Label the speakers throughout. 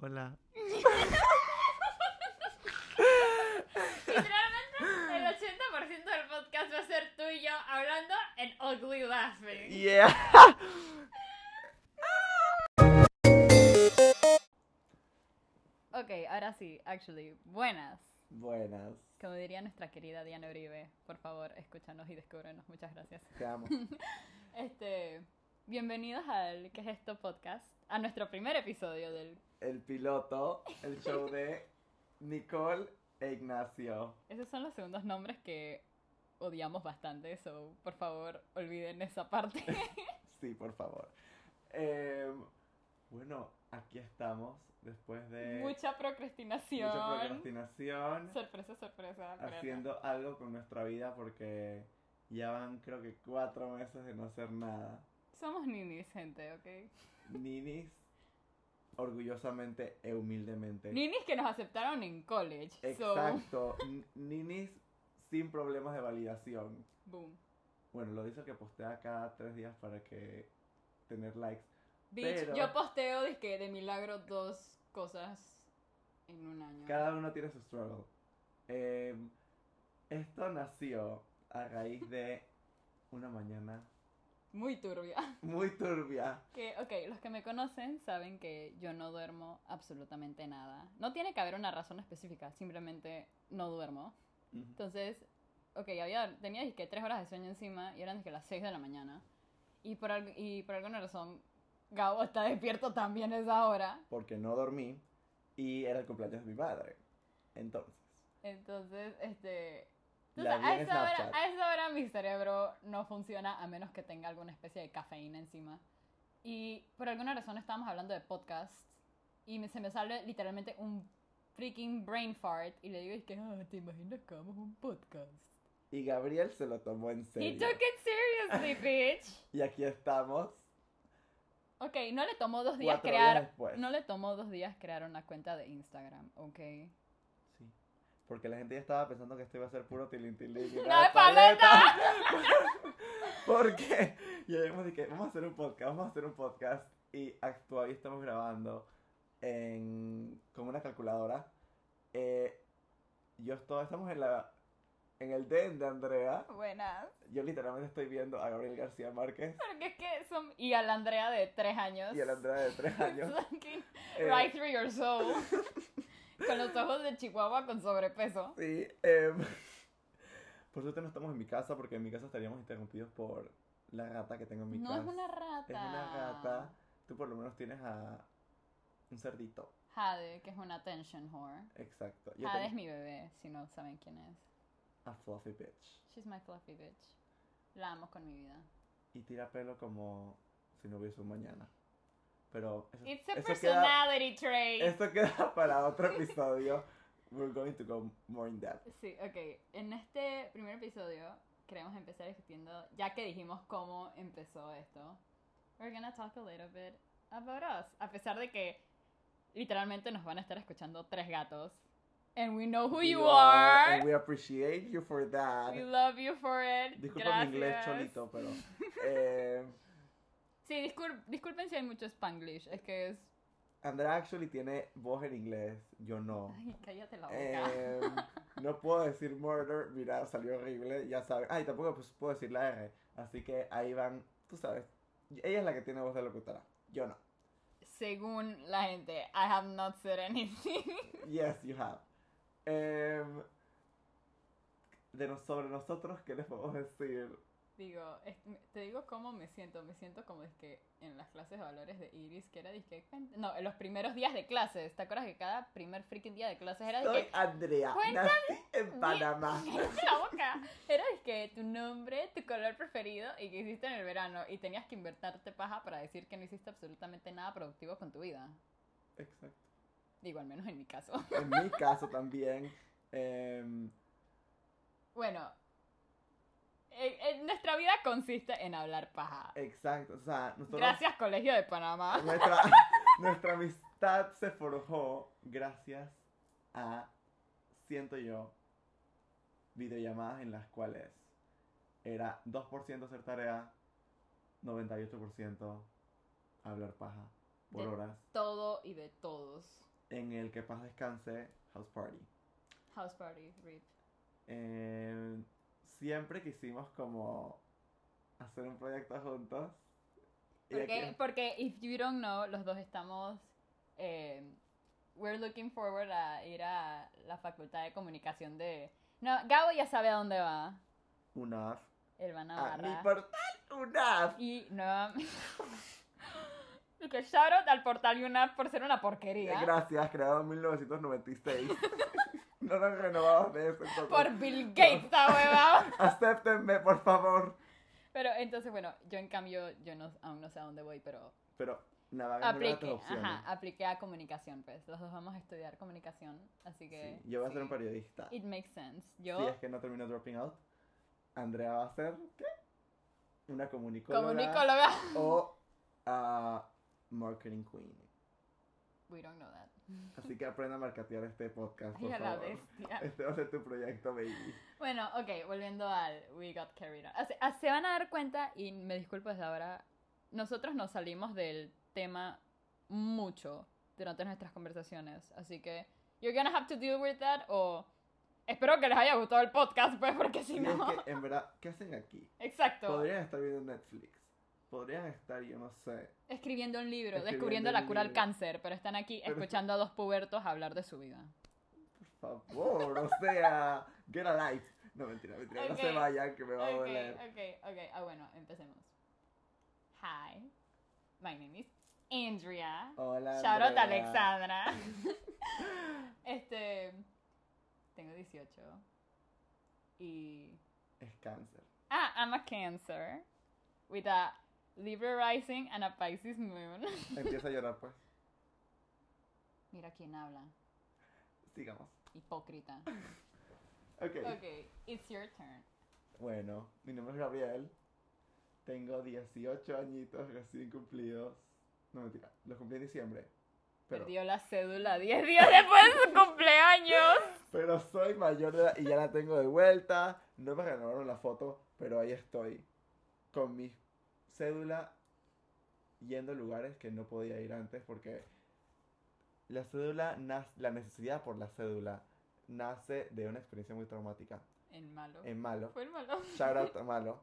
Speaker 1: Hola.
Speaker 2: Literalmente el 80% del podcast va a ser tú y yo hablando en ugly laughing.
Speaker 1: Yeah.
Speaker 2: Ok, ahora sí, actually, buenas.
Speaker 1: Buenas.
Speaker 2: Como diría nuestra querida Diana Uribe, por favor, escúchanos y descúbrenos. Muchas gracias.
Speaker 1: Te amo.
Speaker 2: Este, bienvenidos al ¿Qué es esto? podcast, a nuestro primer episodio del...
Speaker 1: El piloto, el show de Nicole e Ignacio.
Speaker 2: Esos son los segundos nombres que odiamos bastante, so, por favor, olviden esa parte.
Speaker 1: Sí, por favor. Eh, bueno, aquí estamos después de
Speaker 2: Mucha procrastinación.
Speaker 1: Eh, mucha procrastinación.
Speaker 2: Sorpresa, sorpresa. créanme.
Speaker 1: haciendo algo con nuestra vida porque ya van creo que cuatro meses de no hacer nada.
Speaker 2: Somos ninis, gente, ¿ok?
Speaker 1: Ninis, orgullosamente e humildemente.
Speaker 2: Ninis que nos aceptaron en college. So,
Speaker 1: Exacto. n- Ninis sin problemas de validación.
Speaker 2: boom.
Speaker 1: Bueno, lo dice que postea cada tres días para que tener likes.
Speaker 2: Bitch,
Speaker 1: Pero-
Speaker 2: yo posteo dizque de milagro dos cosas en un año.
Speaker 1: Cada uno tiene su struggle. Eh, esto nació a raíz de una mañana
Speaker 2: Muy turbia.
Speaker 1: muy turbia.
Speaker 2: Que, ok, los que me conocen saben que yo no duermo absolutamente nada. No tiene que haber una razón específica, simplemente no duermo. Entonces, ok, había, tenía que tres horas de sueño encima y eran que las seis de la mañana. Y por, al- y por alguna razón, Gabo está despierto también a esa hora.
Speaker 1: Porque no dormí y era el cumpleaños de mi padre. Entonces,
Speaker 2: Entonces, este...
Speaker 1: La
Speaker 2: entonces, a,
Speaker 1: vi en
Speaker 2: esa hora,
Speaker 1: Snapchat.
Speaker 2: a esa hora mi cerebro no funciona a menos que tenga alguna especie de cafeína encima. Y por alguna razón estábamos hablando de podcast y me- se me sale literalmente un freaking brain fart y le digo, es que, "Ah, ¿te imaginas que hagamos un podcast?
Speaker 1: y Gabriel se lo tomó en
Speaker 2: He
Speaker 1: serio.
Speaker 2: took it seriously, bitch.
Speaker 1: Y aquí estamos.
Speaker 2: Ok, no le tomó dos días
Speaker 1: Cuatro
Speaker 2: crear...
Speaker 1: días después.
Speaker 2: no le tomó dos días crear una cuenta de Instagram, ok.
Speaker 1: Sí. Porque la gente ya estaba pensando que esto iba a ser puro tilín tilín. y
Speaker 2: ¡No
Speaker 1: nada de
Speaker 2: hay paleta!
Speaker 1: Porque ya habíamos dicho, vamos a hacer un podcast, vamos a hacer un podcast. Y actual, y estamos grabando en, con una calculadora. Eh, yo estoy, estamos en la en el den de Andrea.
Speaker 2: Buenas.
Speaker 1: Yo literalmente estoy viendo a Gabriel García Márquez
Speaker 2: Porque es que son... Y a la Andrea de tres años.
Speaker 1: y a la Andrea de tres años.
Speaker 2: Fucking
Speaker 1: Eh,
Speaker 2: right through your soul. con los ojos de Chihuahua con sobrepeso.
Speaker 1: Sí, em, por suerte no estamos en mi casa porque en mi casa estaríamos interrumpidos por la gata que tengo en mi
Speaker 2: No
Speaker 1: casa.
Speaker 2: es una rata.
Speaker 1: Es una gata. Tú por lo menos tienes a un cerdito.
Speaker 2: Jade, que es una attention whore.
Speaker 1: Exacto. Yo
Speaker 2: Jade es
Speaker 1: tengo
Speaker 2: mi bebé, si no saben quién es.
Speaker 1: a fluffy bitch.
Speaker 2: She's my fluffy bitch. La amo con mi vida.
Speaker 1: Y tira pelo como si no hubiese un mañana. Pero eso,
Speaker 2: It's a
Speaker 1: eso queda,
Speaker 2: personality trait.
Speaker 1: eso queda para otro episodio. We're going to go more in depth.
Speaker 2: Sí, ok. En este primer episodio queremos empezar discutiendo, ya que dijimos cómo empezó esto. We're gonna talk a little bit about us. A pesar de que literalmente nos van a estar escuchando tres gatos. And we know who
Speaker 1: We
Speaker 2: you
Speaker 1: are,
Speaker 2: are.
Speaker 1: and we appreciate you for that.
Speaker 2: We love you for it.
Speaker 1: Disculpa
Speaker 2: Gracias.
Speaker 1: mi inglés cholito, pero. eh,
Speaker 2: Sí, discul- disculpen si hay mucho spanglish. Es que es.
Speaker 1: Andrea actually tiene voz en inglés, yo no.
Speaker 2: Ay, cállate la boca.
Speaker 1: Em, no puedo decir murder, mira, salió horrible, ya sabes. Ay, tampoco pues, puedo decir la R. Así que ahí van, tú sabes. Ella es la que tiene voz de locutora, yo no.
Speaker 2: Según la gente, I have not said anything.
Speaker 1: Yes, you have. Em, de nos- sobre nosotros, ¿qué les podemos decir?
Speaker 2: Digo, es- me- te digo cómo me siento. Me siento como es que en las clases de valores de Iris, que era disque. "Cuenta-". No, en los primeros días de clases. ¿Te acuerdas que cada primer freaking día de clases
Speaker 1: Soy
Speaker 2: era
Speaker 1: ah.
Speaker 2: disque.
Speaker 1: Andrea,
Speaker 2: Cuéntame
Speaker 1: nací en Panamá.
Speaker 2: ¡Cállate la boca! Era disque tu nombre, tu color preferido y qué hiciste en el verano. Y tenías que inventarte paja para decir que no hiciste absolutamente nada productivo con tu vida.
Speaker 1: Exacto.
Speaker 2: Digo, al menos en mi caso.
Speaker 1: En mi caso también. em,
Speaker 2: Bueno. eh, eh, nuestra vida consiste en hablar paja.
Speaker 1: exacto, o sea, nosotros.
Speaker 2: Gracias, Colegio de Panamá.
Speaker 1: Nuestra, nuestra amistad se forjó gracias a, siento yo, videollamadas en las cuales era 2% hacer tarea, 98% hablar paja por
Speaker 2: De-
Speaker 1: horas.
Speaker 2: Todo y de todos.
Speaker 1: en el que paz descanse House Party.
Speaker 2: House Party, RIP.
Speaker 1: Eh, siempre quisimos como hacer un proyecto juntos. Y
Speaker 2: Porque,
Speaker 1: aquí-
Speaker 2: porque if you don't know, los dos estamos. eh, we're looking forward a ir a la facultad de comunicación de. No, Gabo ya sabe a dónde va.
Speaker 1: UNAF.
Speaker 2: Él va a
Speaker 1: A Ah, mi
Speaker 2: Navarra.
Speaker 1: portal UNAF.
Speaker 2: Y nuevamente. y que shout out al portal UNAP por ser una porquería.
Speaker 1: Eh, Gracias, creado en 1996. no nos renovamos de eso. entonces.
Speaker 2: Por Bill Gates, esta huevada.
Speaker 1: Acéptenme, por favor.
Speaker 2: Pero entonces, bueno, yo en cambio, yo no, aún no sé a dónde voy, pero
Speaker 1: Pero nada, es una de
Speaker 2: apliqué,
Speaker 1: tus opciones.
Speaker 2: ajá, apliqué a comunicación, pues. Los dos vamos a estudiar comunicación, así que...
Speaker 1: Sí, yo voy a ser
Speaker 2: sí.
Speaker 1: un periodista.
Speaker 2: It makes sense. Yo,
Speaker 1: Si es que no termino dropping out, Andrea va a ser ¿qué? Una comunicóloga.
Speaker 2: comunicóloga...
Speaker 1: O a marketing queen.
Speaker 2: We don't know that.
Speaker 1: Así que aprenda a marketear este podcast, por
Speaker 2: Ay, a la
Speaker 1: favor.
Speaker 2: bestia.
Speaker 1: Este va a ser tu proyecto, baby.
Speaker 2: Bueno, ok, volviendo al We Got Carried On. Así- ah, Se van a dar cuenta, y me disculpo desde ahora, nosotros nos salimos del tema mucho durante nuestras conversaciones, así que you're gonna have to deal with that, o... Espero que les haya gustado el podcast, pues, porque si
Speaker 1: Y
Speaker 2: no...
Speaker 1: es que, en verdad, ¿qué hacen aquí?
Speaker 2: Exacto.
Speaker 1: Podrían estar viendo Netflix. Podrían estar, yo no sé.
Speaker 2: Escribiendo un libro,
Speaker 1: Escribiendo
Speaker 2: descubriendo
Speaker 1: un
Speaker 2: la cura al
Speaker 1: libro.
Speaker 2: cáncer, pero están aquí
Speaker 1: Pero-
Speaker 2: escuchando a dos pubertos hablar de su vida.
Speaker 1: Por favor, o sea, get a life. No, mentira, mentira. No se
Speaker 2: Ok.
Speaker 1: vayan, que me va a
Speaker 2: Ok,
Speaker 1: doler.
Speaker 2: ok, ok. Ah, bueno, empecemos. Hi, my name is Andrea.
Speaker 1: Hola.
Speaker 2: Shout out
Speaker 1: Andrea.
Speaker 2: a Alexandra. este, tengo 18. Y,
Speaker 1: Es cáncer.
Speaker 2: ah, I'm a Cancer with a Libra rising and a Pisces moon.
Speaker 1: Empieza a llorar, pues.
Speaker 2: Mira quién habla,
Speaker 1: Sigamos.
Speaker 2: hipócrita.
Speaker 1: Ok.
Speaker 2: Ok, it's your turn.
Speaker 1: Bueno, mi nombre es Gabriel. Tengo 18 añitos recién cumplidos. No, mentira, los cumplí en diciembre. Pero,
Speaker 2: Perdió la cédula 10 días después de su cumpleaños.
Speaker 1: pero soy mayor de edad y ya la tengo de vuelta. No me renovaron la foto, pero ahí estoy. Con mi cédula yendo a lugares que no podía ir antes porque la cédula, nas- la necesidad por la cédula nace de una experiencia muy traumática
Speaker 2: El malo.
Speaker 1: en Malo.
Speaker 2: Fue el malo.
Speaker 1: shout out a Malo,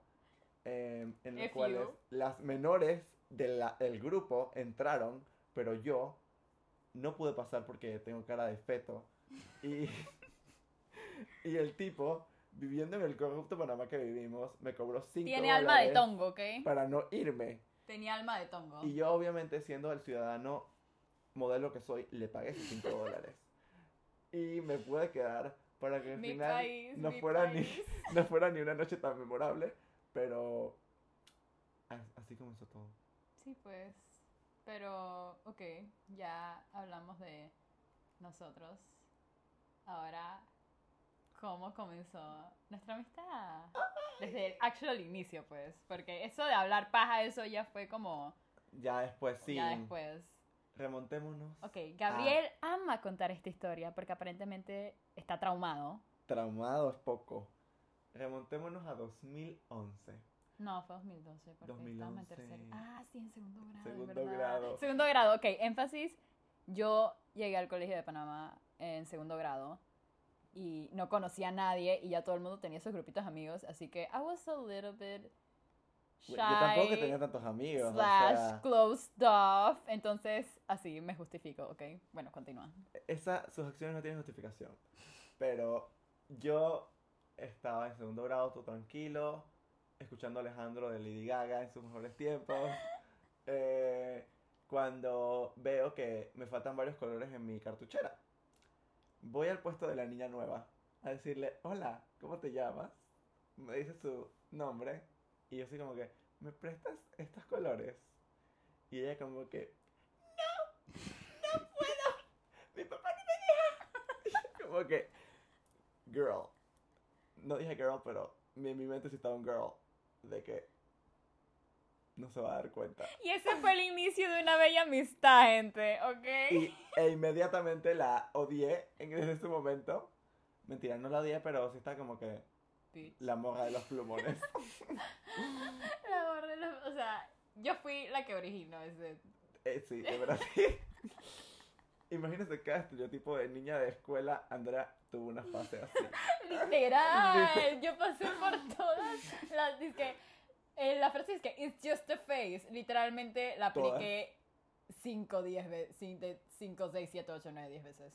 Speaker 1: eh, en los
Speaker 2: F
Speaker 1: cuales
Speaker 2: you.
Speaker 1: las menores de la- del grupo entraron, pero yo no pude pasar porque tengo cara de feto. Y, y el tipo, viviendo en el corrupto Panamá que vivimos, me cobró 5
Speaker 2: Tiene alma de
Speaker 1: dólares
Speaker 2: tongo, ¿ok?
Speaker 1: para no irme.
Speaker 2: Tenía alma de tongo.
Speaker 1: Y yo, obviamente, siendo el ciudadano modelo que soy, le pagué esos 5 dólares. Y me pude quedar para que al
Speaker 2: mi
Speaker 1: final
Speaker 2: país,
Speaker 1: no
Speaker 2: mi
Speaker 1: fuera ni,
Speaker 2: país.
Speaker 1: no fuera ni una noche tan memorable, pero a- así comenzó todo.
Speaker 2: Sí, pues. Pero, ok, ya hablamos de nosotros. Ahora, ¿cómo comenzó nuestra amistad? Desde el actual inicio, pues. Porque eso de hablar paja, eso ya fue como.
Speaker 1: Ya después sí, Ah.
Speaker 2: Ya después.
Speaker 1: remontémonos
Speaker 2: Ok, Gabriel ama contar esta historia porque aparentemente está traumado.
Speaker 1: traumados poco. Remontémonos a 2011.
Speaker 2: No, fue 2012 porque estábamos en
Speaker 1: 2011.
Speaker 2: tercero. Ah, sí, en segundo grado.
Speaker 1: Segundo
Speaker 2: ¿verdad?
Speaker 1: grado.
Speaker 2: Segundo grado, ok, énfasis. Yo llegué al colegio de Panamá en segundo grado y no conocía a nadie y ya todo el mundo tenía sus grupitos de amigos, así que I was a little bit shy.
Speaker 1: Yo tampoco que tenía tantos amigos. o
Speaker 2: Slash
Speaker 1: sea,
Speaker 2: closed off. Entonces, así me justifico, ok. Bueno, continúa.
Speaker 1: esa, sus acciones no tienen justificación. Pero yo estaba en segundo grado, todo tranquilo, escuchando a Alejandro de Lady Gaga en sus mejores tiempos. Eh, cuando veo que me faltan varios colores en mi cartuchera, voy al puesto de la niña nueva a decirle: Hola, ¿cómo te llamas? Me dice su nombre y yo, así como que, ¿me prestas estos colores? Y ella, como que, mi papá no me deja. Como que, girl. No dije girl, pero mi- en mi mente sí estaba un girl. De que no se va a dar cuenta.
Speaker 2: Y ese fue el inicio de una bella amistad, gente, ok.
Speaker 1: Y, e inmediatamente la odié en, desde ese momento. Mentira, no la odié, pero sí está como que
Speaker 2: Bitch.
Speaker 1: la morra de los plumones.
Speaker 2: La gorra de los- o sea, yo fui la que originó ese.
Speaker 1: Eh, sí, de verdad sí. Imagínense cada estereotipo de niña de escuela, Andrea tuvo una fase así.
Speaker 2: Literal, yo pasé por todas las. Es que, eh, la frase es que it's just a face. Literalmente la
Speaker 1: Todas.
Speaker 2: apliqué 5, 10 veces. 5, 6, 7, 8, 9, 10 veces.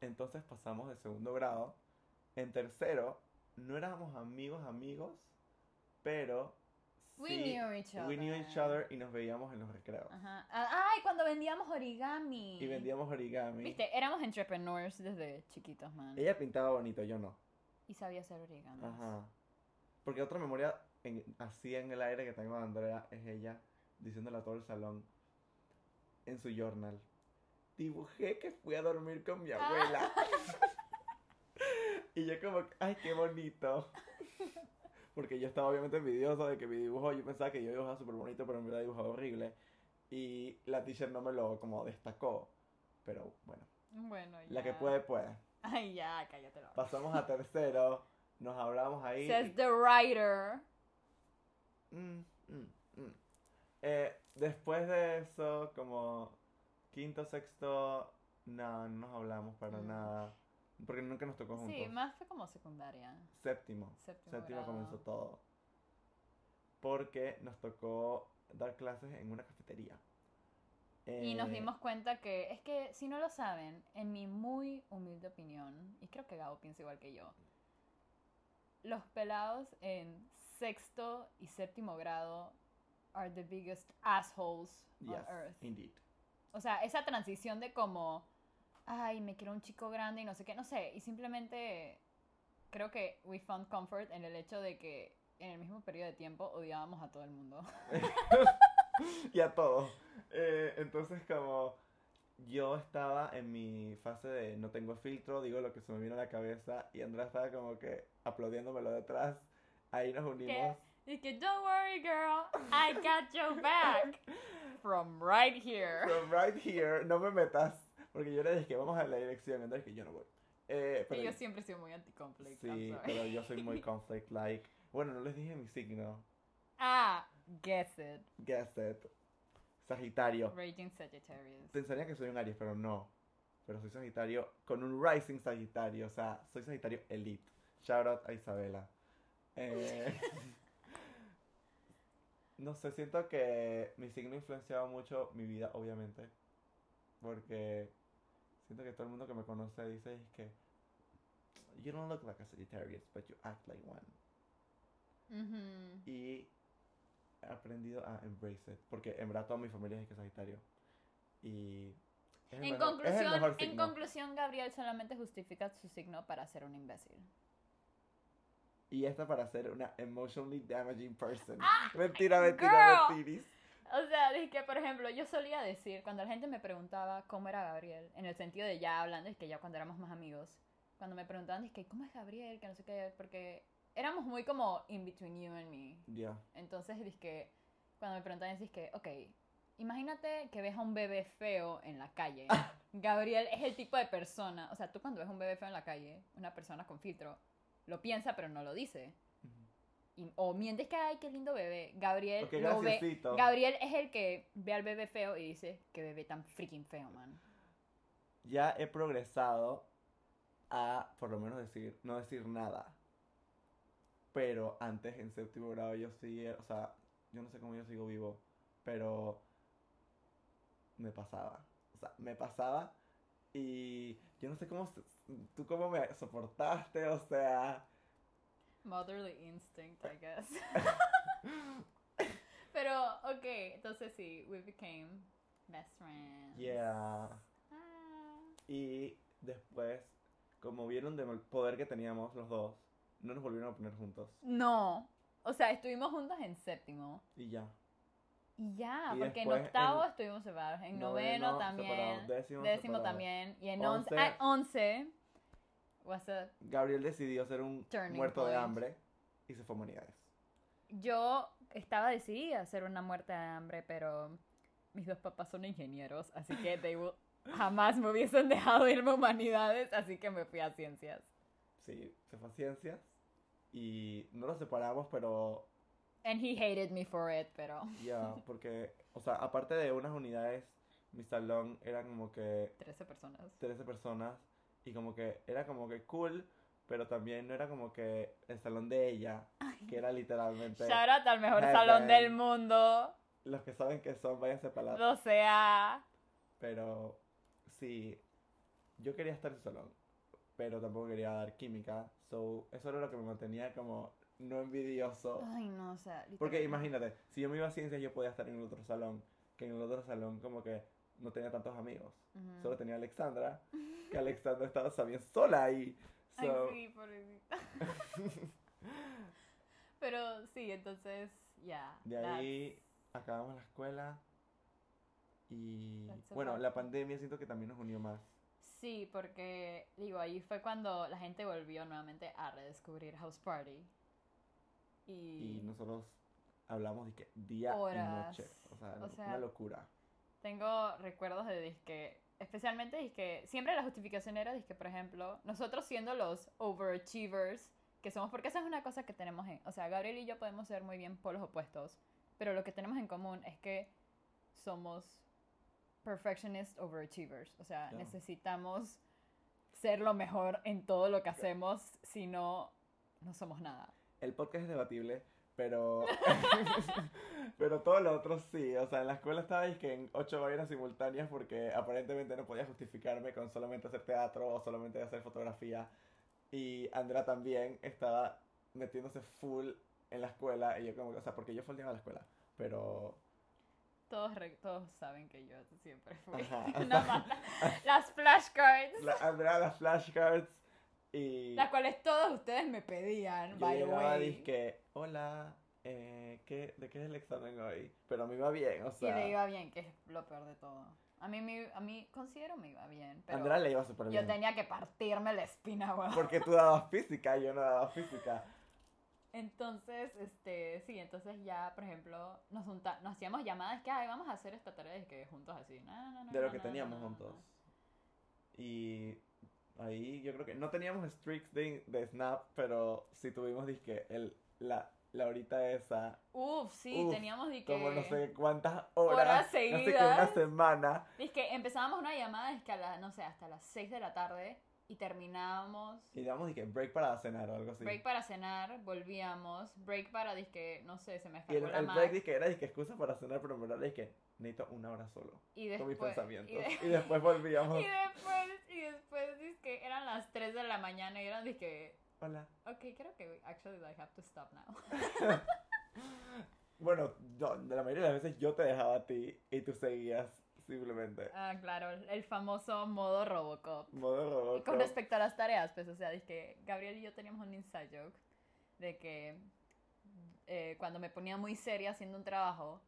Speaker 1: Entonces pasamos de segundo grado. En tercero, no éramos amigos, amigos, pero
Speaker 2: We
Speaker 1: sí,
Speaker 2: knew each
Speaker 1: we knew each
Speaker 2: other.
Speaker 1: other y nos veíamos en los recreos.
Speaker 2: Ajá. Ah, Ay, cuando vendíamos origami.
Speaker 1: Y vendíamos origami.
Speaker 2: Viste, éramos entrepreneurs desde chiquitos, man.
Speaker 1: Ella pintaba bonito, yo no.
Speaker 2: Y sabía hacer origami.
Speaker 1: Ajá. Porque otra memoria en- así en el aire que tengo de Andrea es ella diciéndole a todo el salón en su journal. Dibujé que fui a dormir con mi
Speaker 2: Ah.
Speaker 1: abuela. y yo como, que, ay, qué bonito. Porque yo estaba obviamente envidioso de que mi dibujo, yo pensaba que yo dibujaba súper bonito, pero en verdad dibujaba horrible. Y la teacher no me lo como destacó. Pero bueno,
Speaker 2: Bueno, ya.
Speaker 1: la que puede, puede.
Speaker 2: Ay, ya, cállate la boca.
Speaker 1: Pasamos a tercero, nos hablamos ahí.
Speaker 2: Says the writer.
Speaker 1: Mm, mm, mm. Eh, después de eso, como quinto, sexto, no, no nos hablamos para
Speaker 2: Mm.
Speaker 1: nada. Porque nunca nos tocó juntos.
Speaker 2: Sí, más fue como secundaria.
Speaker 1: Séptimo.
Speaker 2: Séptimo,
Speaker 1: Séptimo
Speaker 2: grado.
Speaker 1: comenzó todo. Porque nos tocó dar clases en una cafetería.
Speaker 2: Y nos
Speaker 1: Eh,
Speaker 2: dimos cuenta que, es que si no lo saben, en mi muy humilde opinión, y creo que Gabo piensa igual que yo, los pelados en sexto y séptimo grado are the biggest assholes on
Speaker 1: yes,
Speaker 2: earth.
Speaker 1: indeed.
Speaker 2: O sea, esa transición de como, ay, me quiero un chico grande y no sé qué, no sé, y simplemente creo que we found comfort en el hecho de que en el mismo periodo de tiempo odiábamos a todo el mundo.
Speaker 1: y a todo. Eh, entonces, como yo estaba en mi fase de no tengo filtro, digo lo que se me vino a la cabeza, y Andrea estaba como que aplaudiéndomelo detrás. Ahí nos unimos.
Speaker 2: Y que, don't worry, girl, I got your back. From right here.
Speaker 1: From right here, no me metas. Porque yo le dije que vamos a la dirección, entonces que yo no voy. Eh, pero,
Speaker 2: Y yo siempre he sido muy anti-conflict. I'm
Speaker 1: sí,
Speaker 2: sorry.
Speaker 1: pero yo soy muy conflict like. Bueno, no les dije mi signo.
Speaker 2: Ah, guess it.
Speaker 1: Guess it. Sagitario.
Speaker 2: Raging Sagittarius.
Speaker 1: Pensaría que soy un Aries, pero no. Pero soy Sagitario con un Rising Sagitario. O sea, soy Sagitario Elite. Shout out a Isabela. Eh, no sé, siento que mi signo ha influenciado mucho mi vida, obviamente. Porque siento que todo el mundo que me conoce dice es que. You don't look like a Sagittarius, but you act like one.
Speaker 2: Ujú.
Speaker 1: Y he aprendido a embrace it. Porque en verdad toda mi familia es que Sagitario. Y. es el
Speaker 2: En,
Speaker 1: mejor- es el
Speaker 2: conclusión,
Speaker 1: mejor
Speaker 2: en
Speaker 1: signo.
Speaker 2: conclusión, Gabriel solamente justifica su signo para ser un imbécil.
Speaker 1: Y esta para ser una emotionally damaging person. mentira, mentira,
Speaker 2: Ah, girl.
Speaker 1: mentiris.
Speaker 2: O sea, es que, por ejemplo, yo solía decir, cuando la gente me preguntaba cómo era Gabriel, en el sentido de ya hablando, es que ya cuando éramos más amigos, cuando me preguntaban, es que, ¿cómo es Gabriel? Que no sé qué, porque éramos muy como in between you and me.
Speaker 1: Ya.
Speaker 2: Entonces, que cuando me preguntaban, es que, ok, imagínate que ves a un bebé feo en la calle. Gabriel es el tipo de persona, o sea, tú cuando ves un bebé feo en la calle, una persona con filtro, lo piensa pero no lo dice. Y- o mientes que, ay, qué lindo bebé. Gabriel
Speaker 1: Ok,
Speaker 2: lo ve-
Speaker 1: graciosito.
Speaker 2: Gabriel es el que ve al bebé feo y dice, qué bebé tan freaking feo, man.
Speaker 1: Ya he progresado a, por lo menos, decir, no decir nada. Pero antes, en séptimo grado, yo sí, eh, o sea, yo no sé cómo yo sigo vivo, pero me pasaba. O sea, me pasaba y yo no sé cómo, s- tú cómo me soportaste, o sea,
Speaker 2: Motherly instinct, I guess. Pero, ok, entonces sí, we became best friends.
Speaker 1: yeah.
Speaker 2: Ah.
Speaker 1: Y después, como vieron del poder que teníamos los dos, no nos volvieron a poner juntos.
Speaker 2: No, o sea, estuvimos juntos en séptimo.
Speaker 1: Y ya.
Speaker 2: Y ya,
Speaker 1: Y
Speaker 2: porque en
Speaker 1: después
Speaker 2: octavo
Speaker 1: en
Speaker 2: estuvimos separados, en
Speaker 1: noveno
Speaker 2: noveno, también,
Speaker 1: separado, décimo separado.
Speaker 2: también, y en
Speaker 1: Once.
Speaker 2: once, at once, what's up?
Speaker 1: Gabriel decidió ser un
Speaker 2: Turning
Speaker 1: muerto de
Speaker 2: point.
Speaker 1: hambre y se fue a humanidades.
Speaker 2: Yo estaba decidida a hacer una muerte de hambre, pero mis dos papás son ingenieros, así que they will- jamás me hubiesen dejado irme a humanidades, así que me fui a ciencias.
Speaker 1: Sí, se fue a ciencias y no nos separamos, pero
Speaker 2: And he hated me for it, pero
Speaker 1: ya, porque, o sea, aparte de unas unidades mi salón era como que
Speaker 2: 13 personas.
Speaker 1: 13 personas y como que era como que cool, pero también no era como que el salón de ella, que era literalmente
Speaker 2: Shout out al mejor
Speaker 1: Hey,
Speaker 2: salón
Speaker 1: man.
Speaker 2: del mundo.
Speaker 1: los que saben que son, váyanse para la...
Speaker 2: 12A.
Speaker 1: Pero sí, yo quería estar en su salón, pero tampoco quería dar química, so eso era lo que me mantenía como no envidioso.
Speaker 2: Ay, no, o sea.
Speaker 1: Porque
Speaker 2: literal.
Speaker 1: imagínate, si yo me iba a ciencias yo podía estar en el otro salón, que en el otro salón como que no tenía tantos amigos.
Speaker 2: Ujú.
Speaker 1: Solo tenía a Alexandra, que Alexandra estaba también sola ahí.
Speaker 2: Ay,
Speaker 1: So,
Speaker 2: sí, pobrecita. Pero sí, entonces, ya.
Speaker 1: De
Speaker 2: that's-
Speaker 1: ahí- acabamos la escuela y
Speaker 2: That's so
Speaker 1: bueno,
Speaker 2: hard.
Speaker 1: la pandemia siento que también nos unió más.
Speaker 2: Sí, porque, digo, ahí fue cuando la gente volvió nuevamente a redescubrir House Party.
Speaker 1: Y
Speaker 2: Y,
Speaker 1: nosotros hablamos de que día
Speaker 2: Horas.
Speaker 1: y noche. O sea,
Speaker 2: O sea,
Speaker 1: una locura.
Speaker 2: tengo recuerdos de disque. Especialmente disque. Siempre la justificación era disque, por ejemplo, nosotros siendo los overachievers que somos, porque esa es una cosa que tenemos en. O sea, Gabriel y yo podemos ser muy bien polos opuestos, pero lo que tenemos en común es que somos perfectionist overachievers. O sea,
Speaker 1: Claro.
Speaker 2: necesitamos ser lo mejor en todo lo que hacemos, si no, no somos nada.
Speaker 1: El podcast es debatible, pero. pero todo lo otro sí. O sea, en la escuela estaba es que en ocho vainas simultáneas porque aparentemente no podía justificarme con solamente hacer teatro o solamente hacer fotografía. Y Andrea también estaba metiéndose full en la escuela. Y yo, como que, o sea, porque yo foldeaba la escuela. Pero.
Speaker 2: Todos, re- todos saben que yo siempre fui
Speaker 1: Ajá.
Speaker 2: una mala. Las flashcards.
Speaker 1: La, Andrea, las flashcards. Y.
Speaker 2: Las cuales todos ustedes me pedían,
Speaker 1: Yo
Speaker 2: by the
Speaker 1: llegaba
Speaker 2: way.
Speaker 1: dizque, hola, eh, ¿qué, ¿de qué es el examen hoy? Pero me iba bien, o
Speaker 2: Y
Speaker 1: sea,
Speaker 2: le iba bien, que es lo peor de todo. A mí, me- a mí considero me iba bien, pero
Speaker 1: Andrea le iba súper
Speaker 2: yo
Speaker 1: bien.
Speaker 2: tenía que partirme la espina, weón.
Speaker 1: Porque tú dabas física, yo no daba física.
Speaker 2: Entonces, este, sí, entonces ya, por ejemplo, nos, junta- nos hacíamos llamadas que, ay, vamos a hacer esta tarea y que juntos así, na, na, na,
Speaker 1: De lo
Speaker 2: na,
Speaker 1: que
Speaker 2: na,
Speaker 1: teníamos
Speaker 2: na, na,
Speaker 1: juntos. Y ahí yo creo que no teníamos streaks de, de Snap, pero sí tuvimos disque el, la, la horita esa,
Speaker 2: na. Uf, sí,
Speaker 1: Uf,
Speaker 2: teníamos de que...
Speaker 1: como no sé cuántas horas,
Speaker 2: Horas
Speaker 1: no sé qué, una
Speaker 2: seguidas.
Speaker 1: semana.
Speaker 2: Es que empezábamos una llamada, es que a la, no sé, hasta las 6 de la tarde y terminábamos...
Speaker 1: Y damos disque break para cenar o algo así.
Speaker 2: Break para cenar, volvíamos. Break para disque, no sé, se me
Speaker 1: y
Speaker 2: escapó
Speaker 1: el,
Speaker 2: la
Speaker 1: el
Speaker 2: Mac.
Speaker 1: break disque era disque excusa para cenar, pero en verdad disque necesito una hora solo.
Speaker 2: y
Speaker 1: con mis
Speaker 2: después,
Speaker 1: pensamientos.
Speaker 2: Y, de-
Speaker 1: Y después volvíamos.
Speaker 2: y después, y después disque eran las 3 de la mañana y eran disque,
Speaker 1: Hola.
Speaker 2: ok, creo que actually I have to stop now.
Speaker 1: Bueno, no, de la mayoría de las veces yo te dejaba a ti y tú seguías simplemente.
Speaker 2: Ah, claro, el famoso modo Robocop.
Speaker 1: Modo
Speaker 2: Y
Speaker 1: robot.
Speaker 2: con respecto a las tareas, pues, o sea, disque Gabriel y yo teníamos un inside joke de que eh, cuando me ponía muy seria haciendo un trabajo,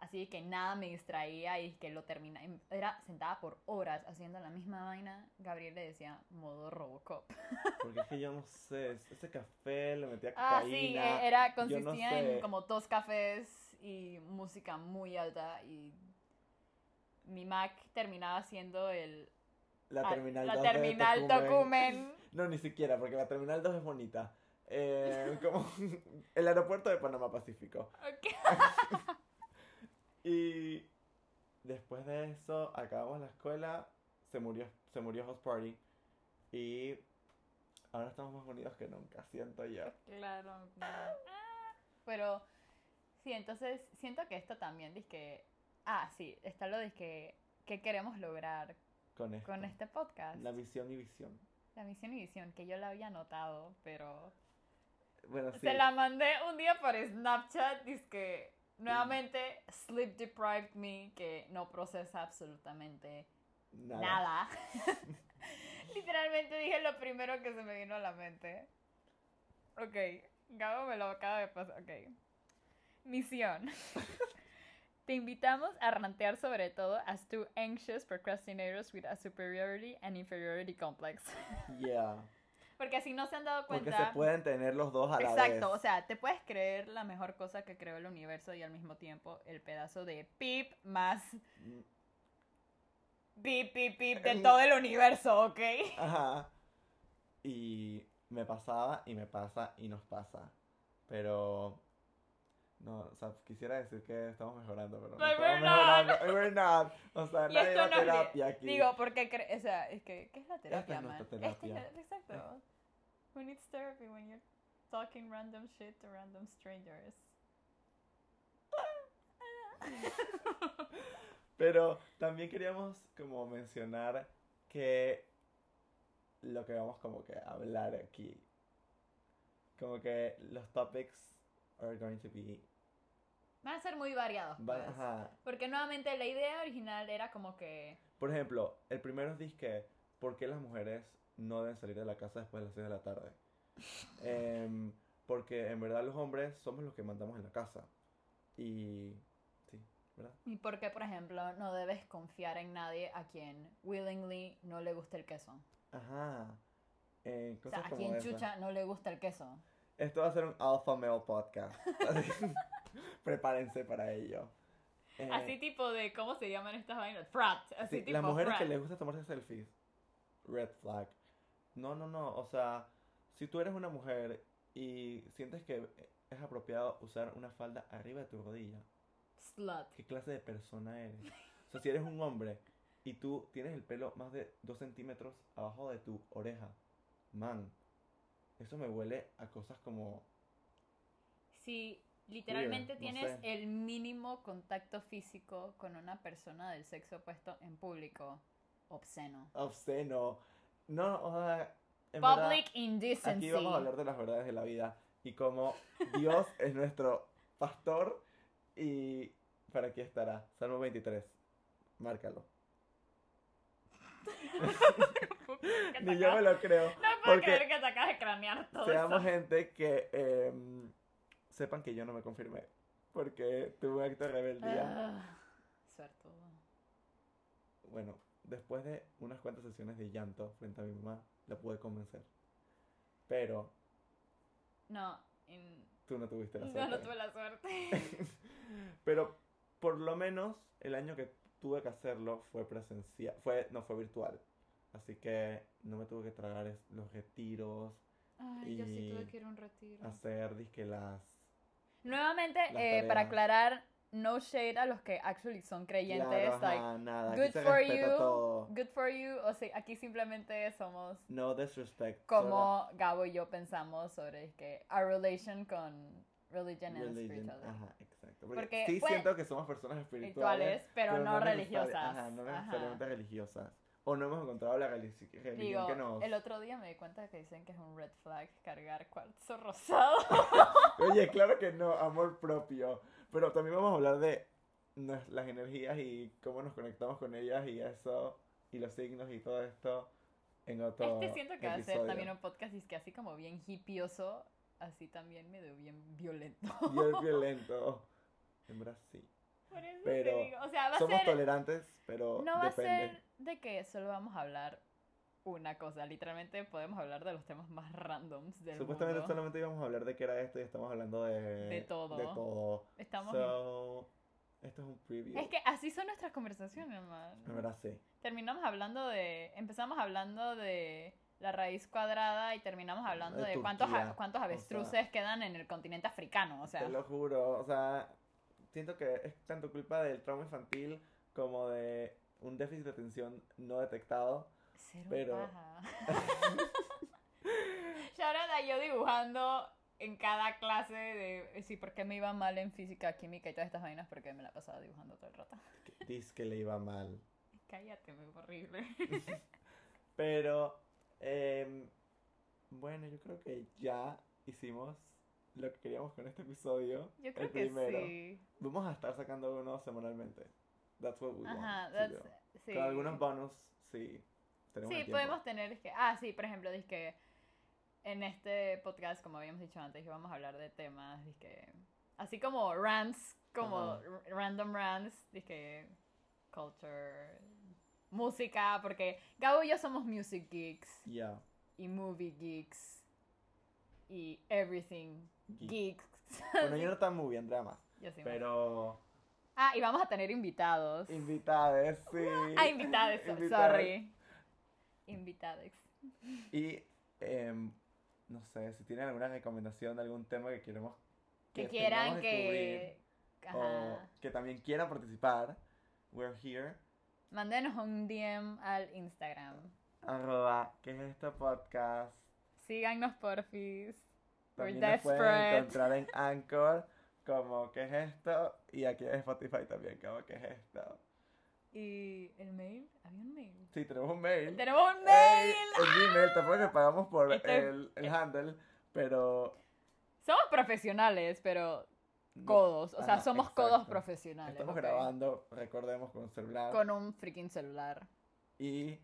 Speaker 2: así que nada me distraía y que lo terminaba, era sentada por horas haciendo la misma vaina, Gabriel le decía modo Robocop.
Speaker 1: Porque es que yo no sé, ese café le metía
Speaker 2: Ah, sí,
Speaker 1: cocaína.
Speaker 2: eh, era,
Speaker 1: yo no
Speaker 2: consistía en
Speaker 1: sé.
Speaker 2: como dos cafés y música muy alta y mi Mac terminaba siendo el...
Speaker 1: La
Speaker 2: ah,
Speaker 1: terminal
Speaker 2: la
Speaker 1: 2 de
Speaker 2: terminal
Speaker 1: Tocumen.
Speaker 2: Tocumen.
Speaker 1: No, ni siquiera, porque la terminal 2 es bonita. Eh, como el aeropuerto de Panamá Pacífico.
Speaker 2: Ok.
Speaker 1: Y después de eso, acabamos la escuela, se murió, se murió House Party. Y ahora estamos más unidos que nunca, siento yo.
Speaker 2: Claro, claro. Pero sí, entonces siento que esto también que Ah, sí, está lo de que ¿Qué queremos lograr
Speaker 1: Con esto.
Speaker 2: con este podcast?
Speaker 1: La visión y visión.
Speaker 2: La misión y visión, que yo la había anotado, pero
Speaker 1: Bueno, sí.
Speaker 2: se la mandé un día por Snapchat, que nuevamente sleep deprived me, que no procesa absolutamente
Speaker 1: Nada.
Speaker 2: nada. Literalmente dije lo primero que se me vino a la mente. Ok, Gabo me lo acaba de pasar. Ok. Misión. Te invitamos a rantear sobre todo as two anxious procrastinators with a superiority and inferiority complex.
Speaker 1: Yeah.
Speaker 2: Porque si no se han dado
Speaker 1: Porque
Speaker 2: cuenta...
Speaker 1: se pueden tener los dos a la vez.
Speaker 2: Exacto, o sea, te puedes creer la mejor cosa que creó el universo y al mismo tiempo el pedazo de pip más pip pip pip de todo el universo, ¿ok?
Speaker 1: Ajá. Y me pasaba y me pasa y nos pasa. Pero No, o sea, quisiera decir que estamos mejorando, pero no
Speaker 2: But
Speaker 1: estamos
Speaker 2: we're not.
Speaker 1: mejorando. We're not. O sea,
Speaker 2: Y
Speaker 1: nadie
Speaker 2: esto
Speaker 1: va a
Speaker 2: no es bien.
Speaker 1: terapia aquí.
Speaker 2: Digo, porque, cre- o sea, es que, ¿qué es la terapia,
Speaker 1: es
Speaker 2: man?
Speaker 1: nuestra
Speaker 2: Este es
Speaker 1: terapia.
Speaker 2: la- exacto. Who needs therapy when you're talking random shit to random strangers?
Speaker 1: Pero también queríamos como mencionar que lo que vamos como que a hablar aquí, como que los topics are going to be,
Speaker 2: Van a ser muy variados,
Speaker 1: va-
Speaker 2: pues.
Speaker 1: ajá.
Speaker 2: Porque nuevamente la idea original era como que...
Speaker 1: Por ejemplo, el primero dice que ¿por qué las mujeres no deben salir de la casa después de las 6 de la tarde? Em, porque en verdad los hombres somos los que mandamos en la casa. Y sí, ¿verdad?
Speaker 2: ¿Y por qué, por ejemplo, no debes confiar en nadie a quien willingly no le gusta el queso?
Speaker 1: Ajá. Eh,
Speaker 2: O sea,
Speaker 1: cosas
Speaker 2: a
Speaker 1: como
Speaker 2: quien
Speaker 1: esa.
Speaker 2: chucha no le gusta el queso.
Speaker 1: Esto va a ser un alpha male podcast. Prepárense para ello. Eh,
Speaker 2: Así tipo de, ¿cómo se llaman estas vainas? Frat. Así
Speaker 1: sí,
Speaker 2: tipo
Speaker 1: las mujeres que
Speaker 2: frat.
Speaker 1: les gusta tomarse selfies. Red flag. No, no, no. O sea, si tú eres una mujer y sientes que es apropiado usar una falda arriba de tu rodilla,
Speaker 2: Slut.
Speaker 1: ¿qué clase de persona eres? O sea, si eres un hombre y tú tienes el pelo más de 2 centímetros abajo de tu oreja, man, eso me huele a cosas como
Speaker 2: Si literalmente
Speaker 1: no
Speaker 2: tienes
Speaker 1: sé.
Speaker 2: el mínimo contacto físico con una persona del sexo opuesto en público, obsceno.
Speaker 1: obsceno. No, o sea, en verdad,
Speaker 2: Public indecency.
Speaker 1: aquí vamos a hablar de las verdades de la vida y cómo Dios es nuestro pastor y para aquí estará. Salmo 23. Márcalo. Ni yo me lo creo.
Speaker 2: No puedo
Speaker 1: porque-
Speaker 2: creer que te acabas de cranear todo
Speaker 1: Seamos
Speaker 2: eso.
Speaker 1: gente que em, sepan que yo no me confirmé porque tuve un acto de rebeldía.
Speaker 2: Ah, suertudo.
Speaker 1: Bueno, después de unas cuantas sesiones de llanto frente a mi mamá, la pude convencer. Pero
Speaker 2: No, en-
Speaker 1: tú no tuviste la
Speaker 2: no,
Speaker 1: suerte.
Speaker 2: no tuve la suerte.
Speaker 1: Pero por lo menos el año que tuve que hacerlo fue presencial, fue, no fue virtual. Así que no me tuve que tragar es- los retiros,
Speaker 2: Ay, yo sí tuve
Speaker 1: Y-
Speaker 2: que ir a un retiro.
Speaker 1: hacer disque las...
Speaker 2: Nuevamente,
Speaker 1: Las
Speaker 2: eh,
Speaker 1: tareas.
Speaker 2: para aclarar, no shade a los que actually son creyentes.
Speaker 1: Claro, ajá,
Speaker 2: like,
Speaker 1: nada, aquí
Speaker 2: good
Speaker 1: se
Speaker 2: for
Speaker 1: respeta
Speaker 2: you.
Speaker 1: todo.
Speaker 2: good for you. O sea, aquí simplemente somos
Speaker 1: No disrespect. solo
Speaker 2: como Gabo y yo pensamos sobre es que our relation con religion and
Speaker 1: religion.
Speaker 2: spirituality.
Speaker 1: Ajá, exacto. Porque,
Speaker 2: Porque,
Speaker 1: sí
Speaker 2: pues,
Speaker 1: siento que somos personas
Speaker 2: Espirituales,
Speaker 1: espirituales,
Speaker 2: pero, no,
Speaker 1: necesari-
Speaker 2: religiosas.
Speaker 1: Ajá, no
Speaker 2: Ajá.
Speaker 1: necesariamente religiosas. O no hemos encontrado la religi- religión
Speaker 2: Digo,
Speaker 1: que nos...
Speaker 2: el otro día me di cuenta que dicen que es un red flag cargar cuarzo rosado.
Speaker 1: Oye, claro que no, amor propio. Pero también vamos a hablar de nos- las energías y cómo nos conectamos con ellas y eso, y los signos y todo esto en otro
Speaker 2: Este siento que va a ser
Speaker 1: episodio.
Speaker 2: también un podcast y es que así como bien hippioso, así también medio bien violento.
Speaker 1: Y es violento. En verdad sí.
Speaker 2: Por eso
Speaker 1: Pero
Speaker 2: te digo, o sea, va
Speaker 1: Somos
Speaker 2: a ser,
Speaker 1: tolerantes, pero
Speaker 2: no va a
Speaker 1: depende.
Speaker 2: ser de que solo vamos a hablar una cosa, literalmente podemos hablar de los temas más randoms del
Speaker 1: Supuestamente
Speaker 2: mundo.
Speaker 1: solamente íbamos a hablar de qué era esto y estamos hablando de... De
Speaker 2: todo.
Speaker 1: De todo.
Speaker 2: Estamos
Speaker 1: So, esto es un preview.
Speaker 2: Es que así son nuestras conversaciones,
Speaker 1: En
Speaker 2: man.
Speaker 1: verdad sí.
Speaker 2: Terminamos hablando de empezamos hablando de la raíz cuadrada y terminamos hablando
Speaker 1: De
Speaker 2: de, cuántos a-
Speaker 1: Turquía,
Speaker 2: cuántos avestruces quedan en el continente africano, o sea,
Speaker 1: Te lo juro, o sea, siento que es tanto culpa del trauma infantil como de un déficit de atención no detectado.
Speaker 2: ser un
Speaker 1: pero-
Speaker 2: paja. Shout out a yo dibujando en cada clase de sí, por qué me iba mal en física, química y todas estas vainas porque me la pasaba dibujando todo el rato.
Speaker 1: Dice que le iba mal.
Speaker 2: Cállate, me horrible.
Speaker 1: Pero, em, bueno, yo creo que ya hicimos lo que queríamos con este episodio.
Speaker 2: Yo creo
Speaker 1: el
Speaker 2: que
Speaker 1: primero.
Speaker 2: sí.
Speaker 1: Vamos a estar sacando uno semanalmente. That's what we want
Speaker 2: Ajá,
Speaker 1: to
Speaker 2: that's,
Speaker 1: do.
Speaker 2: sí.
Speaker 1: Con algunos bonus, sí. Tenemos
Speaker 2: Sí,
Speaker 1: el tiempo.
Speaker 2: podemos tener que ah, sí, por ejemplo, que en este podcast, como habíamos dicho antes, que vamos a hablar de temas, que así como rants, como
Speaker 1: Ajá.
Speaker 2: r- random rants, que culture, música, porque Gabo y yo somos music geeks
Speaker 1: Ya.
Speaker 2: y movie geeks y everything
Speaker 1: Geek.
Speaker 2: geeks.
Speaker 1: Bueno, yo no tan muy bien drama,
Speaker 2: Yo sí me-
Speaker 1: pero
Speaker 2: Ah, y vamos a tener invitados.
Speaker 1: invitadas, sí.
Speaker 2: ah, invitados, so-
Speaker 1: Invitadas.
Speaker 2: sorry. Invitados.
Speaker 1: Y em, no sé, si tienen alguna recomendación de algún tema que queremos
Speaker 2: que,
Speaker 1: que
Speaker 2: quieran
Speaker 1: tengamos que
Speaker 2: que.
Speaker 1: o
Speaker 2: Ajá.
Speaker 1: que también quieran participar, we're here.
Speaker 2: Mándenos un DM al Instagram.
Speaker 1: Arroba, ¿qué es este podcast?
Speaker 2: Síganos, porfis. We're
Speaker 1: También nos pueden
Speaker 2: desperate.
Speaker 1: encontrar en Anchor como ¿qué es esto? Y aquí en Spotify también como ¿qué es esto?
Speaker 2: ¿Y el mail? ¿Había un mail?
Speaker 1: Sí, tenemos un mail.
Speaker 2: ¡Tenemos un
Speaker 1: Eh,
Speaker 2: mail!
Speaker 1: el Gmail, tampoco que pagamos por
Speaker 2: Este-
Speaker 1: el, el handle, pero...
Speaker 2: Somos profesionales, pero
Speaker 1: no-
Speaker 2: codos. O sea,
Speaker 1: Ajá,
Speaker 2: somos
Speaker 1: exacto.
Speaker 2: codos profesionales.
Speaker 1: Estamos
Speaker 2: ¿ok?
Speaker 1: grabando, recordemos, con celular.
Speaker 2: Con un freaking celular.
Speaker 1: Y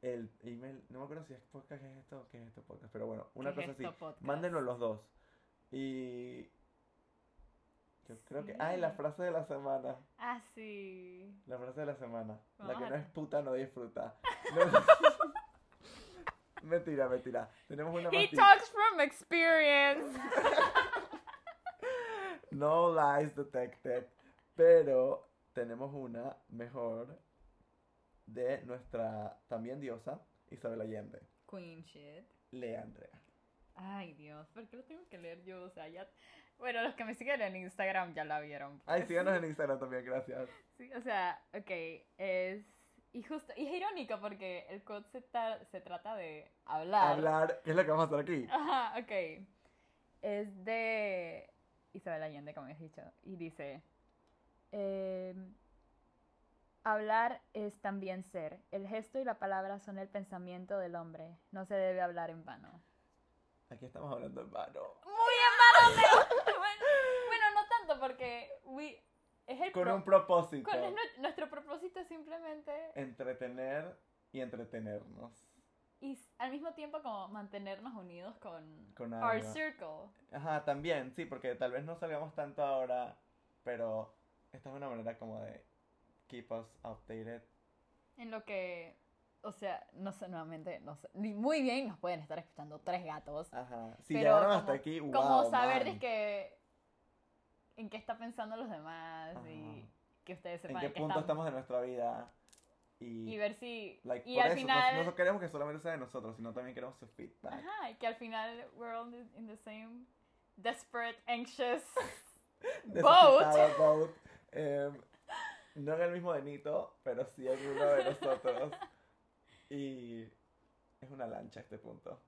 Speaker 1: el email, no me acuerdo si es podcast, es esto o qué es esto podcast, pero bueno, una
Speaker 2: ¿Qué es
Speaker 1: cosa así.
Speaker 2: esto, este podcast?
Speaker 1: Mándenos los dos. Y yo creo que.
Speaker 2: Sí.
Speaker 1: Ay, la frase de la semana.
Speaker 2: Ah, sí.
Speaker 1: La frase de la semana. La
Speaker 2: Vamos
Speaker 1: que
Speaker 2: a-
Speaker 1: no es puta no disfruta. No- mentira, mentira. Tenemos una más
Speaker 2: He
Speaker 1: deep.
Speaker 2: talks from experience.
Speaker 1: No lies detected. Pero tenemos una mejor de nuestra también diosa, Isabel Allende.
Speaker 2: Queen shit.
Speaker 1: Lea Andrea.
Speaker 2: Ay, Dios, ¿por qué lo tengo que leer yo? O sea, ya. Bueno, los que me siguen en Instagram ya la vieron.
Speaker 1: Ay,
Speaker 2: pues.
Speaker 1: síganos en Instagram también, gracias.
Speaker 2: Sí, o sea, ok, es... Y justo, y es irónico porque el quote se, tra- se trata de hablar.
Speaker 1: Hablar, ¿qué es lo que vamos a hacer aquí?
Speaker 2: Ajá, ok. Es de Isabel Allende, como habías dicho, y dice... em, hablar es también ser. El gesto y la palabra son el pensamiento del hombre. No se debe hablar en vano.
Speaker 1: Aquí estamos hablando en vano.
Speaker 2: bueno, bueno, no tanto porque we- es el
Speaker 1: Con
Speaker 2: pro-
Speaker 1: un propósito.
Speaker 2: ¿Cuál es nue- nuestro propósito es simplemente
Speaker 1: entretener y entretenernos
Speaker 2: y s- al mismo tiempo como mantenernos unidos con,
Speaker 1: con
Speaker 2: our
Speaker 1: algo.
Speaker 2: circle.
Speaker 1: Ajá, también, sí, porque tal vez no salgamos tanto ahora, pero esta es una manera como de keep us updated.
Speaker 2: En lo que, o sea, no sé, nuevamente, no sé, ni- muy bien nos pueden estar escuchando tres gatos.
Speaker 1: Ajá. Si
Speaker 2: Pero
Speaker 1: llegaron
Speaker 2: como-
Speaker 1: hasta aquí, Ah, wow,
Speaker 2: como saber
Speaker 1: man.
Speaker 2: de que, en qué está pensando los demás y
Speaker 1: Ajá.
Speaker 2: que ustedes
Speaker 1: en
Speaker 2: sepan
Speaker 1: qué
Speaker 2: que
Speaker 1: punto
Speaker 2: estamos-
Speaker 1: estamos de nuestra vida y,
Speaker 2: y ver si
Speaker 1: like,
Speaker 2: y
Speaker 1: por
Speaker 2: al
Speaker 1: eso, no-
Speaker 2: final
Speaker 1: no, queremos que solamente sea de nosotros, sino también queremos su feedback.
Speaker 2: ajá, y que al final we're all in the same desperate anxious
Speaker 1: Necesitaba boat. Em, no en el mismo de Nito, pero sí en uno de nosotros. Y es una lancha a este punto.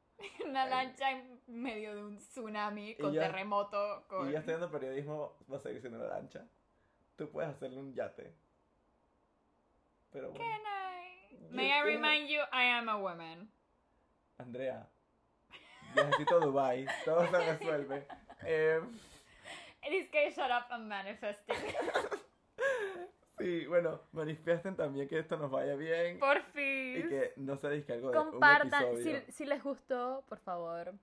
Speaker 2: Una
Speaker 1: Ay.
Speaker 2: lancha en medio de un tsunami
Speaker 1: Y
Speaker 2: con
Speaker 1: yo-
Speaker 2: terremoto. Con...
Speaker 1: Y yo estudiando periodismo va a seguir siendo una lancha. Tú puedes hacerle un yate. Pero bueno.
Speaker 2: Can I? May
Speaker 1: Yo
Speaker 2: I
Speaker 1: estoy-
Speaker 2: remind you, I am a woman.
Speaker 1: Andrea, viajecito a Dubai, todo se resuelve. Em,
Speaker 2: It is que shut up and manifesting.
Speaker 1: sí, bueno, manifiesten también que esto nos vaya bien
Speaker 2: Por
Speaker 1: y
Speaker 2: fin.
Speaker 1: que no se descargue de un
Speaker 2: Compartan. Si,
Speaker 1: episodio.
Speaker 2: si les gustó, por favor,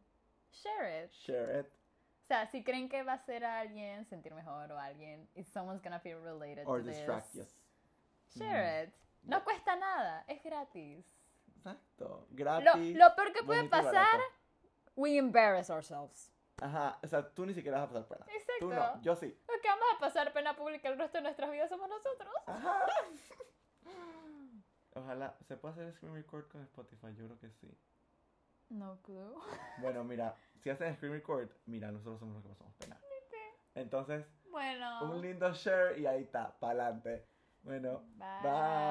Speaker 2: share it.
Speaker 1: Share it.
Speaker 2: O sea, si creen que va a ser a alguien sentir mejor o a alguien, if someone's gonna feel related
Speaker 1: Or
Speaker 2: to this,
Speaker 1: distract Mm-hmm. us.
Speaker 2: share it. No cuesta nada, es gratis.
Speaker 1: Exacto.
Speaker 2: Lo,
Speaker 1: Gratis.
Speaker 2: lo peor que puede
Speaker 1: bonito y
Speaker 2: pasar,
Speaker 1: barato.
Speaker 2: we embarrass ourselves.
Speaker 1: Ajá. O sea, tú ni siquiera vas a pasar pena. Tú
Speaker 2: Exacto.
Speaker 1: no, yo sí.
Speaker 2: Los que vamos a pasar pena pública el resto de nuestras vidas somos nosotros.
Speaker 1: Ajá. Ojalá. ¿Se puede hacer screen record con Spotify? Yo creo que sí.
Speaker 2: No clue.
Speaker 1: Bueno, mira, si hacen screen record, mira, nosotros somos los que pasamos pena. Entonces,
Speaker 2: Bueno.
Speaker 1: un lindo share y ahí está, pa'lante. Bueno,
Speaker 2: Bye.
Speaker 1: bye.